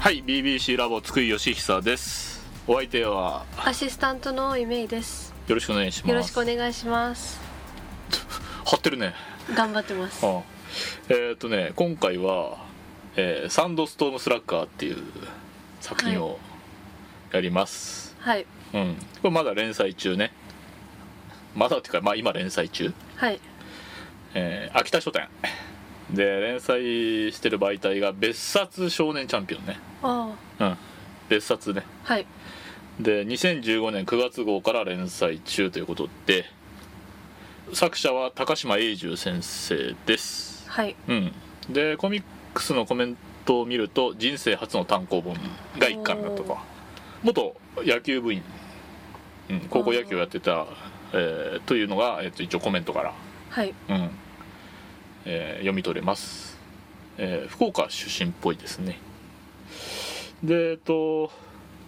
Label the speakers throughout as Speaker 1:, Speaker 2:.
Speaker 1: はい、BBC ラボ津久井義久です。お相手は
Speaker 2: アシスタントのイメイです。
Speaker 1: よろしくお願いします。
Speaker 2: よろしくお願いします。
Speaker 1: 張ってるね。
Speaker 2: 頑張ってます。
Speaker 1: うんえーっ、とね、今回は、えーサンドストームスラッガーっていう作品をやります。
Speaker 2: はい
Speaker 1: うん。これまだ連載中ね。まだっていうか、まあ今連載中。
Speaker 2: はい
Speaker 1: えー秋田書店。で、連載してる媒体が別冊少年チャンピオンね。
Speaker 2: あ
Speaker 1: うん。別冊ね。
Speaker 2: あはい
Speaker 1: で2015年9月号から連載中ということで作者は高島永住先生です
Speaker 2: はい
Speaker 1: うんでコミックスのコメントを見ると人生初の単行本が1巻だった
Speaker 2: お
Speaker 1: と元野球部員、うん、高校野球をやってた、えーというのが、えっと一応コメントから
Speaker 2: はい
Speaker 1: うんえー読み取れます、えー福岡出身っぽいですねでえっと、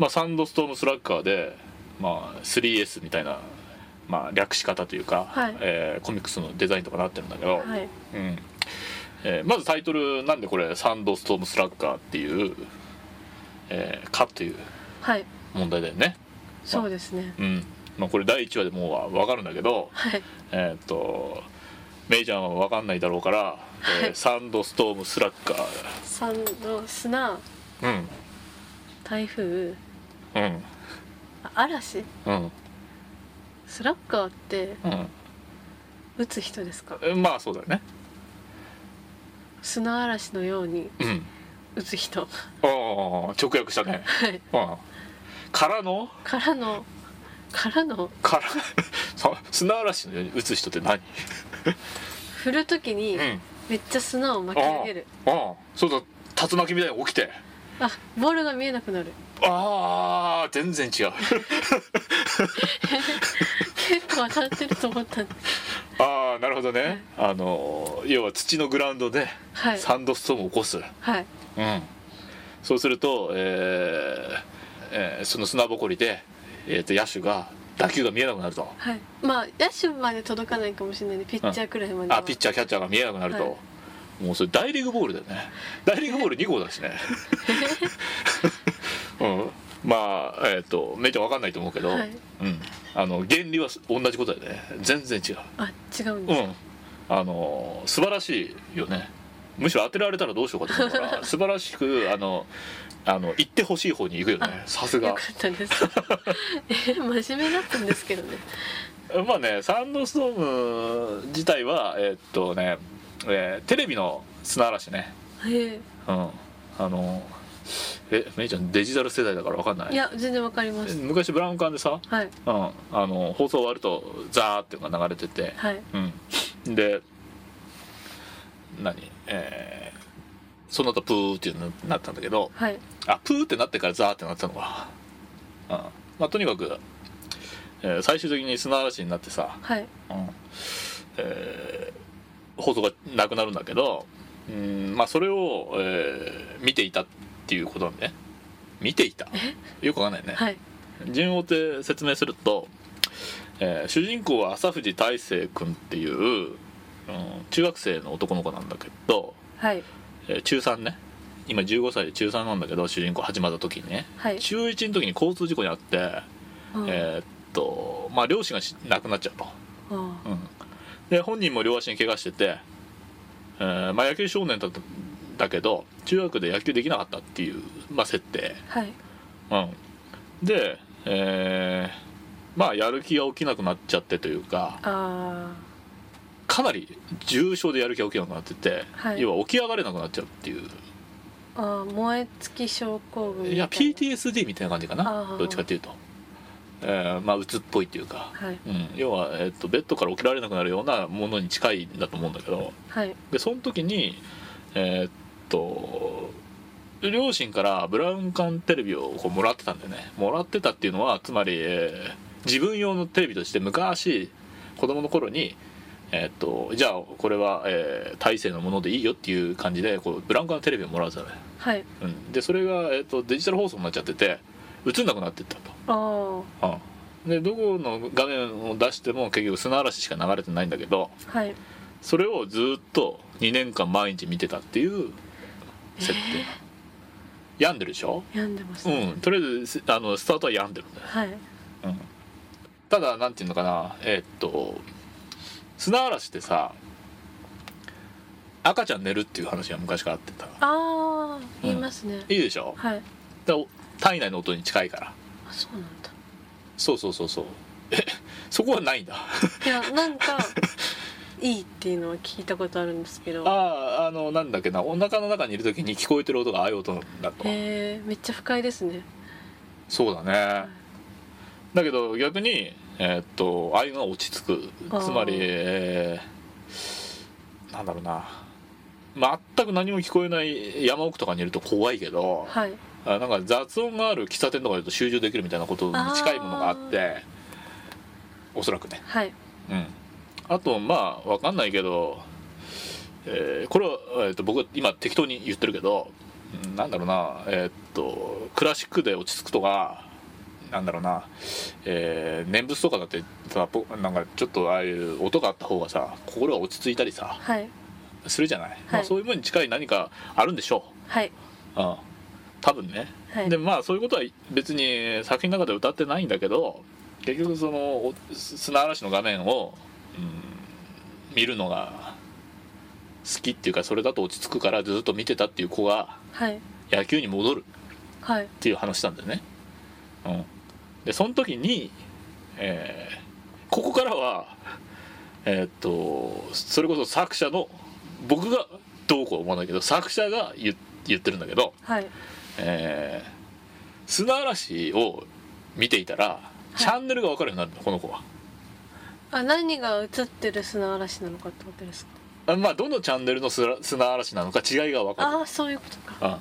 Speaker 1: まあ、サンドストームスラッガーで、まあ、3S みたいな、まあ、略し方というか、
Speaker 2: はい
Speaker 1: えーコミックスのデザインとかなってるんだけど、
Speaker 2: は
Speaker 1: う
Speaker 2: い
Speaker 1: んえーまずタイトルなんでこれ「サンドストームスラッガー」っていう「えーか」という
Speaker 2: はい
Speaker 1: 問題だよね、
Speaker 2: そうですね
Speaker 1: うんまあ、これ第1話でもうは分かるんだけど、
Speaker 2: はい
Speaker 1: えーっとメイちゃんは分かんないだろうから、えー
Speaker 2: はい
Speaker 1: サンドストームスラッガー
Speaker 2: サンド砂
Speaker 1: うん
Speaker 2: 台風
Speaker 1: うん
Speaker 2: あ嵐
Speaker 1: うん
Speaker 2: スラッガーって
Speaker 1: うん
Speaker 2: 打つ人ですか
Speaker 1: えまあそうだよね
Speaker 2: 砂嵐のように
Speaker 1: うん
Speaker 2: 打つ人
Speaker 1: ああ直訳したね
Speaker 2: はい
Speaker 1: うんからの
Speaker 2: からのからの
Speaker 1: から さ砂嵐のように打つ人って何
Speaker 2: 振るときに
Speaker 1: うん
Speaker 2: めっちゃ砂を巻き上げる
Speaker 1: ああそうだ竜巻みたいに起きて
Speaker 2: あボールが見えなくなる
Speaker 1: ああ全然 違う
Speaker 2: 結構当たってると思ったんで
Speaker 1: ああなるほどねあの要は土のグラウンドで
Speaker 2: はい
Speaker 1: サンドストームを起こす、
Speaker 2: はい
Speaker 1: うん、そうすると、えーえーその砂ぼこりで、えー、と野手が打球が見えなくなると
Speaker 2: はい、まあ野手まで届かないかもしれないねピッチャーくらいまでは、
Speaker 1: あピッチャーキャッチャーが見えなくなると、
Speaker 2: は
Speaker 1: もうそれ大リーグボールだよね大リーグボール2号だし ね、うん、まあえっ、とめっちゃ分かんないと思うけど、
Speaker 2: はい
Speaker 1: うん、あの原理は同じことだよね全然違う
Speaker 2: あ違うん
Speaker 1: う
Speaker 2: です、
Speaker 1: んあの素晴らしいよねむしろ当てられたらどうしようかと思うから素晴らしくあのあの行ってほしい方に行くよねさす
Speaker 2: よ
Speaker 1: が
Speaker 2: かったです え真面目だったんですけどね
Speaker 1: まあねサンドストーム自体はえーっとね、えーテレビの砂嵐ね
Speaker 2: え
Speaker 1: うんあのえめいちゃんデジタル世代だから分かんない
Speaker 2: いや全然わかります
Speaker 1: 昔ブラウン管でさ、
Speaker 2: はい
Speaker 1: うん、あの放送終わるとザーっていうのが流れてて、
Speaker 2: はい
Speaker 1: うん、で何えーその後プーっていうのになったんだけど
Speaker 2: はい
Speaker 1: あプーってなってからザーってなったのか、うんまあ、とにかく、えー最終的に砂嵐になってさ、
Speaker 2: はい
Speaker 1: うんえー放送がなくなるんだけど、うんまあ、それを、えー見ていたっていうことなんでね見ていたよくわかんないね、
Speaker 2: はい
Speaker 1: 順を追って説明すると、えー主人公は朝藤大成君っていう、うん、中学生の男の子なんだけど、
Speaker 2: はい
Speaker 1: えー中3ね今15歳で中3なんだけど主人公始まった時にね
Speaker 2: はい、
Speaker 1: 中1の時に交通事故に遭って、
Speaker 2: うん
Speaker 1: えーっとまあ両親がし亡くなっちゃうと、
Speaker 2: うん
Speaker 1: うん、で本人も両足に怪我してて、えーまあ、野球少年だっただけど中学で野球できなかったっていう、まあ、設定
Speaker 2: はい
Speaker 1: うん、で、えーまあやる気が起きなくなっちゃってというか
Speaker 2: あ
Speaker 1: かなり重症でやる気が起きなくなってて、
Speaker 2: はい
Speaker 1: 要は起き上がれなくなっちゃうっていう
Speaker 2: ーあー燃え尽き症候群みた
Speaker 1: い
Speaker 2: い
Speaker 1: や
Speaker 2: な
Speaker 1: PTSD みたいな感じか
Speaker 2: あ
Speaker 1: な
Speaker 2: ー
Speaker 1: どっちかっていうと、えーまあ鬱っぽいっていうか、
Speaker 2: はい
Speaker 1: うん、要は、えっとベッドから起きられなくなるようなものに近いんだと思うんだけど
Speaker 2: はい
Speaker 1: でその時にえーっと両親からブラウン管テレビをこうもらってたんだよねもらってたっていうのはつまり、えー自分用のテレビとして昔子供の頃にえーっとじゃあこれは、えー大勢のものでいいよっていう感じでこうブラウン管テレビをもらうじゃない、
Speaker 2: はい
Speaker 1: うん、でそれが、えーっとデジタル放送になっちゃってて映んなくなってったと
Speaker 2: あー
Speaker 1: うんでどこの画面を出しても結局砂嵐しか流れてないんだけど
Speaker 2: はい
Speaker 1: それをずっと2年間毎日見てたっていう設定、病んでるでしょ
Speaker 2: 病んでました、
Speaker 1: うんとりあえずあのスタートは病んでるんだよ
Speaker 2: はい
Speaker 1: うんただなんていうのかなえーっと砂嵐ってさ赤ちゃん寝るっていう話が昔からあってた
Speaker 2: ああ言いますね、
Speaker 1: いいでしょ
Speaker 2: はい
Speaker 1: だ体内の音に近いから
Speaker 2: あそうなんだ
Speaker 1: そうそうそうそうえそこはないんだ
Speaker 2: いやなんかいいっていうのは聞いたことあるんですけど
Speaker 1: あああのなんだっけなお腹の中にいる時に聞こえてる音がああいう音なんだと
Speaker 2: へえめっちゃ不快ですね
Speaker 1: そうだねだけど逆にえーっとああいうのは落ち着
Speaker 2: あ
Speaker 1: く
Speaker 2: ー
Speaker 1: つまり、えーなんだろうな全く何も聞こえない山奥とかにいると怖いけど、
Speaker 2: はい
Speaker 1: あなんか雑音がある喫茶店とかだと集中できるみたいなことに近いものがあっておそらくね
Speaker 2: はい
Speaker 1: うん、あとまあわかんないけど、えーこれは、えー、と僕は今適当に言ってるけどうんなんだろうなえーっとクラシックで落ち着くとかなんだろうな、えー念仏とかだってさぽなんかちょっとああいう音があった方がさ心が落ち着いたりさ
Speaker 2: はい
Speaker 1: するじゃない、まあ、そういうものに近い何かあるんでしょ、
Speaker 2: はいう
Speaker 1: うん、多分ね。
Speaker 2: はい
Speaker 1: でまあそういうことは別に作品の中で歌ってないんだけど結局そのお砂嵐の画面を、うん見るのが好きっていうかそれだと落ち着くからずっと見てたっていう子が
Speaker 2: はい
Speaker 1: 野球に戻る
Speaker 2: はい
Speaker 1: っていう話なんだよね。うん、でその時に、えーここからはえーっとそれこそ作者の僕がどうこう思わないけど作者が言言ってるんだけど。
Speaker 2: はい
Speaker 1: えー砂嵐を見ていたら
Speaker 2: い
Speaker 1: チャンネルが分かるようになるのこの子は
Speaker 2: あ何が映ってる砂嵐なのかってことですか
Speaker 1: あまあどのチャンネルの砂砂嵐なのか違いが分か
Speaker 2: ああそういうことか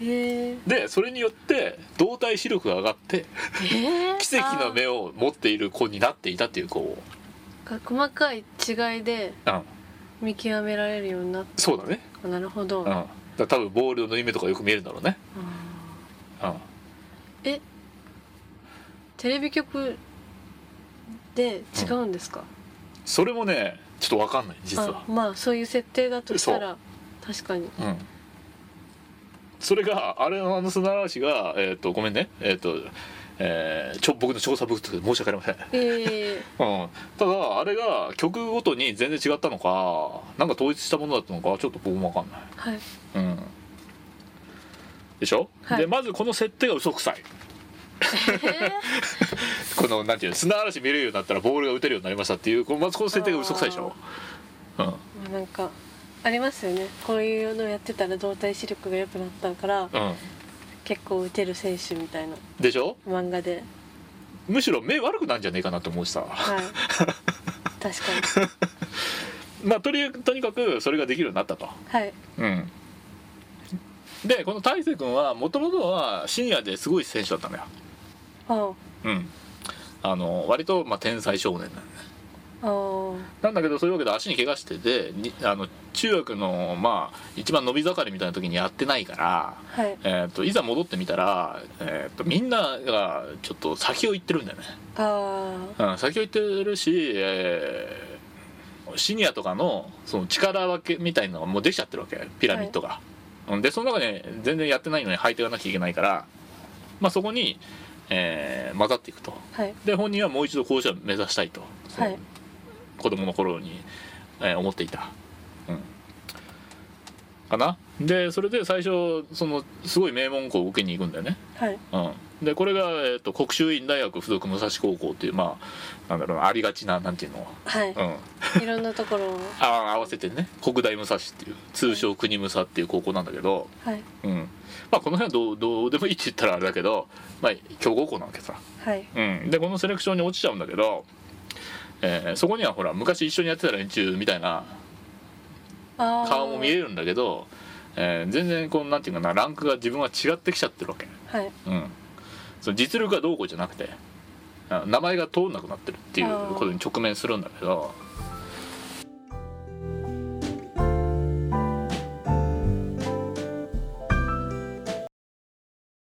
Speaker 1: るうん
Speaker 2: へえ
Speaker 1: でそれによって動体視力が上がって
Speaker 2: え ー、
Speaker 1: 奇跡の目を持っている子になっていたっていう子を、
Speaker 2: あー細かい違いで
Speaker 1: うん、
Speaker 2: 見極められるようになっ
Speaker 1: そうだね、
Speaker 2: たなるほ
Speaker 1: う
Speaker 2: ど、
Speaker 1: ん、だから多分ボールの夢とかよく見えるんだろうね、
Speaker 2: あ
Speaker 1: うん、
Speaker 2: ーえテレビ局で違うんですか、
Speaker 1: それもねちょっと分かんない実は
Speaker 2: あ、まあそういう設定だとしたら確かに
Speaker 1: うん、それがあれのあの砂嵐がえっ、とごめんねえっ、とえーちょ僕の調査不足で申し訳ありません
Speaker 2: ええ
Speaker 1: うん、ただあれが曲ごとに全然違ったのかなんか統一したものだったのかちょっと僕も分かんない、
Speaker 2: はい
Speaker 1: うん、でしょ、
Speaker 2: はい
Speaker 1: でまずこの設定が嘘くさい
Speaker 2: え
Speaker 1: このなんていうの砂嵐見れるようになったらボールが打てるようになりましたっていうこのまずこの設定が嘘くさいでしょ、うん
Speaker 2: ー、なんかありますよねこういうのやってたら動体視力が良くなったから
Speaker 1: うん、
Speaker 2: 結構打てる選手みたいな
Speaker 1: でしょ
Speaker 2: 漫画で
Speaker 1: むしろ目悪くなんじゃねえかなと思うしさ
Speaker 2: はい確かに
Speaker 1: まあとりあえずとにかくそれができるようになったと
Speaker 2: はい
Speaker 1: うんでこの大勢君はもともとはシニアですごい選手だったんだよ
Speaker 2: あ
Speaker 1: うん、あの割と、まあ、天才少年なんだよね
Speaker 2: ああ
Speaker 1: なんだけどそういうわけで足に怪我しててにあの中学の、まあ、一番伸び盛りみたいな時にやってないから、
Speaker 2: はい
Speaker 1: えー、といざ戻ってみたら、えー、とみんながちょっと先を行ってるんだよね、
Speaker 2: あ
Speaker 1: うん、先を行ってるし、えーシニアとかのその力分けみたいなのがもうできちゃってるわけピラミッドが、うんでその中で全然やってないのに履いていかなきゃいけないから、まあ、そこに、えー混ざっていくと。
Speaker 2: あはい
Speaker 1: で本人はもう一度校舎を目指したいと、その
Speaker 2: はい
Speaker 1: 子供の頃に、えー思っていた、うん、かなでそれで最初そのすごい名門校を受けに行くんだよね、
Speaker 2: はい
Speaker 1: うん、でこれが、えー、と国衆院大学附属武蔵高校っていうまあなんだろうなありがちななんていうの、
Speaker 2: はい
Speaker 1: うん、
Speaker 2: いろんなところを
Speaker 1: あ合わせてね国大武蔵っていう通称国武蔵っていう高校なんだけど、
Speaker 2: はい
Speaker 1: うんまあ、この辺はどうどうでもいいって言ったらあれだけど、まあ、強豪校なわけさ、
Speaker 2: はい
Speaker 1: うん、でこのセレクションに落ちちゃうんだけど、えーそこにはほら昔一緒にやってた連中みたいな
Speaker 2: ああ
Speaker 1: 顔も見えるんだけど、えー全然このなんていうかなランクが自分は違ってきちゃってるわけ、
Speaker 2: はい
Speaker 1: うん、その実力がどうこうじゃなくてあ名前が通んなくなってるっていうことに直面するんだけど